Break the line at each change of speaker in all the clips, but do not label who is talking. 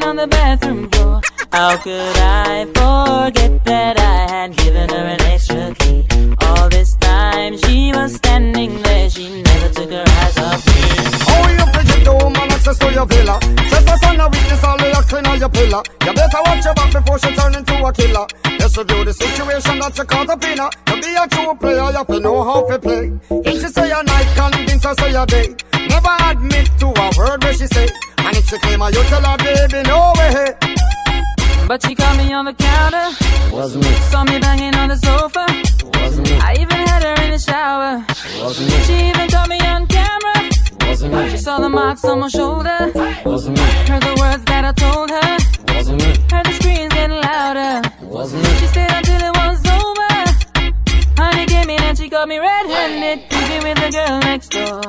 bathroom floor. How could I forget that I had given her an extra key? All this time she was standing there, she never took her eyes off me.
How you fidget your woman access to your villa? Just a son of weakness, all your clean on your pillar. You better watch your back before she turn into a killer. Just review the situation that you caught up in her. To be a true player, you have to know how to play. If she say a night, convince her say a day. Never admit to a word where she say. And if she claim her, you tell her, baby, no way.
But she caught me on the counter,
Wasn't it?
saw me banging on the sofa.
Wasn't it?
I even had her in the shower.
Wasn't it?
She even caught me on camera.
Wasn't
She saw the marks on my shoulder,
Wasn't it?
heard the words that I told her,
Wasn't it?
heard the screams getting louder.
Wasn't it?
She stayed until it was over. Honey came in and she got me red-handed, creeping with the girl next door.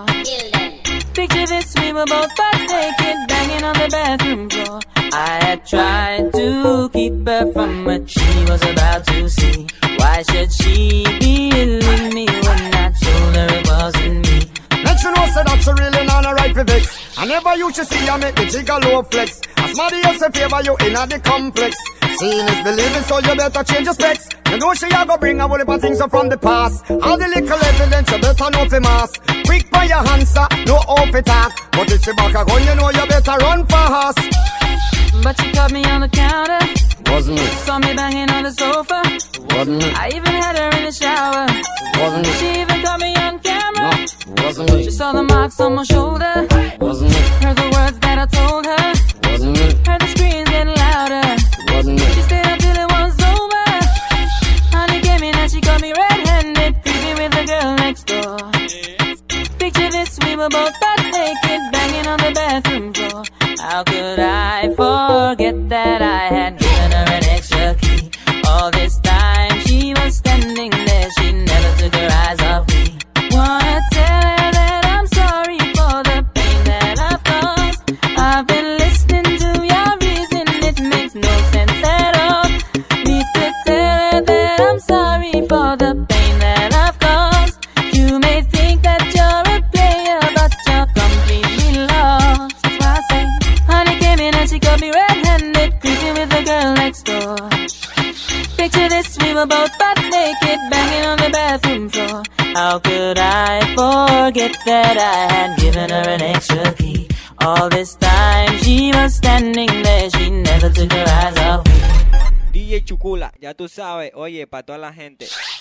Picture this, we were both butt naked, banging on the bathroom floor. I had tried to keep her from what she was about to see. Why should she believe me when I told her it wasn't me?
Let you know, say that you really not a right for vex. I never used to see you make the jigger low flex. As somebody else a favor, you in the complex. Seeing is believing, so you better change your specs. You know she a go bring a whole heap of things up from the past. All the little evidence, you better know for mass. Quick by your answer, no off it talk. But if she back a gun, you know you better run fast.
But she caught me on the counter,
Wasn't it?
saw me banging on the sofa.
Wasn't it?
I even had her in the shower.
Wasn't
She even caught me on camera.
Wasn't
She saw the marks on my shoulder.
Wasn't it?
Heard the words that I told her.
Wasn't it?
Heard the screams getting louder.
Wasn't
She stayed until it was over. Honey came in and she got me red-handed, creeping with the girl next door. Picture this, we were both butt naked, banging on the bathroom floor. How could I forget that I had given her an extra key? All this time she was standing there, she never took her eyes off me. Wanna tell her that I'm sorry for the pain that I've caused. I've been listening to your reason, it makes no sense at all. Need to tell her that I'm sorry for the pain that I've caused. You may think that you're a player, but you're completely lost. That's why I say, honey came in and she got me red-handed, creeping with the girl next door. Picture this, we were both butt naked, banging on the bathroom floor. How could I forget that I had given her an extra key? All this time she was standing there, she never took her eyes off me.
DJ Chucula, ya tú sabes, oye, para toda la gente.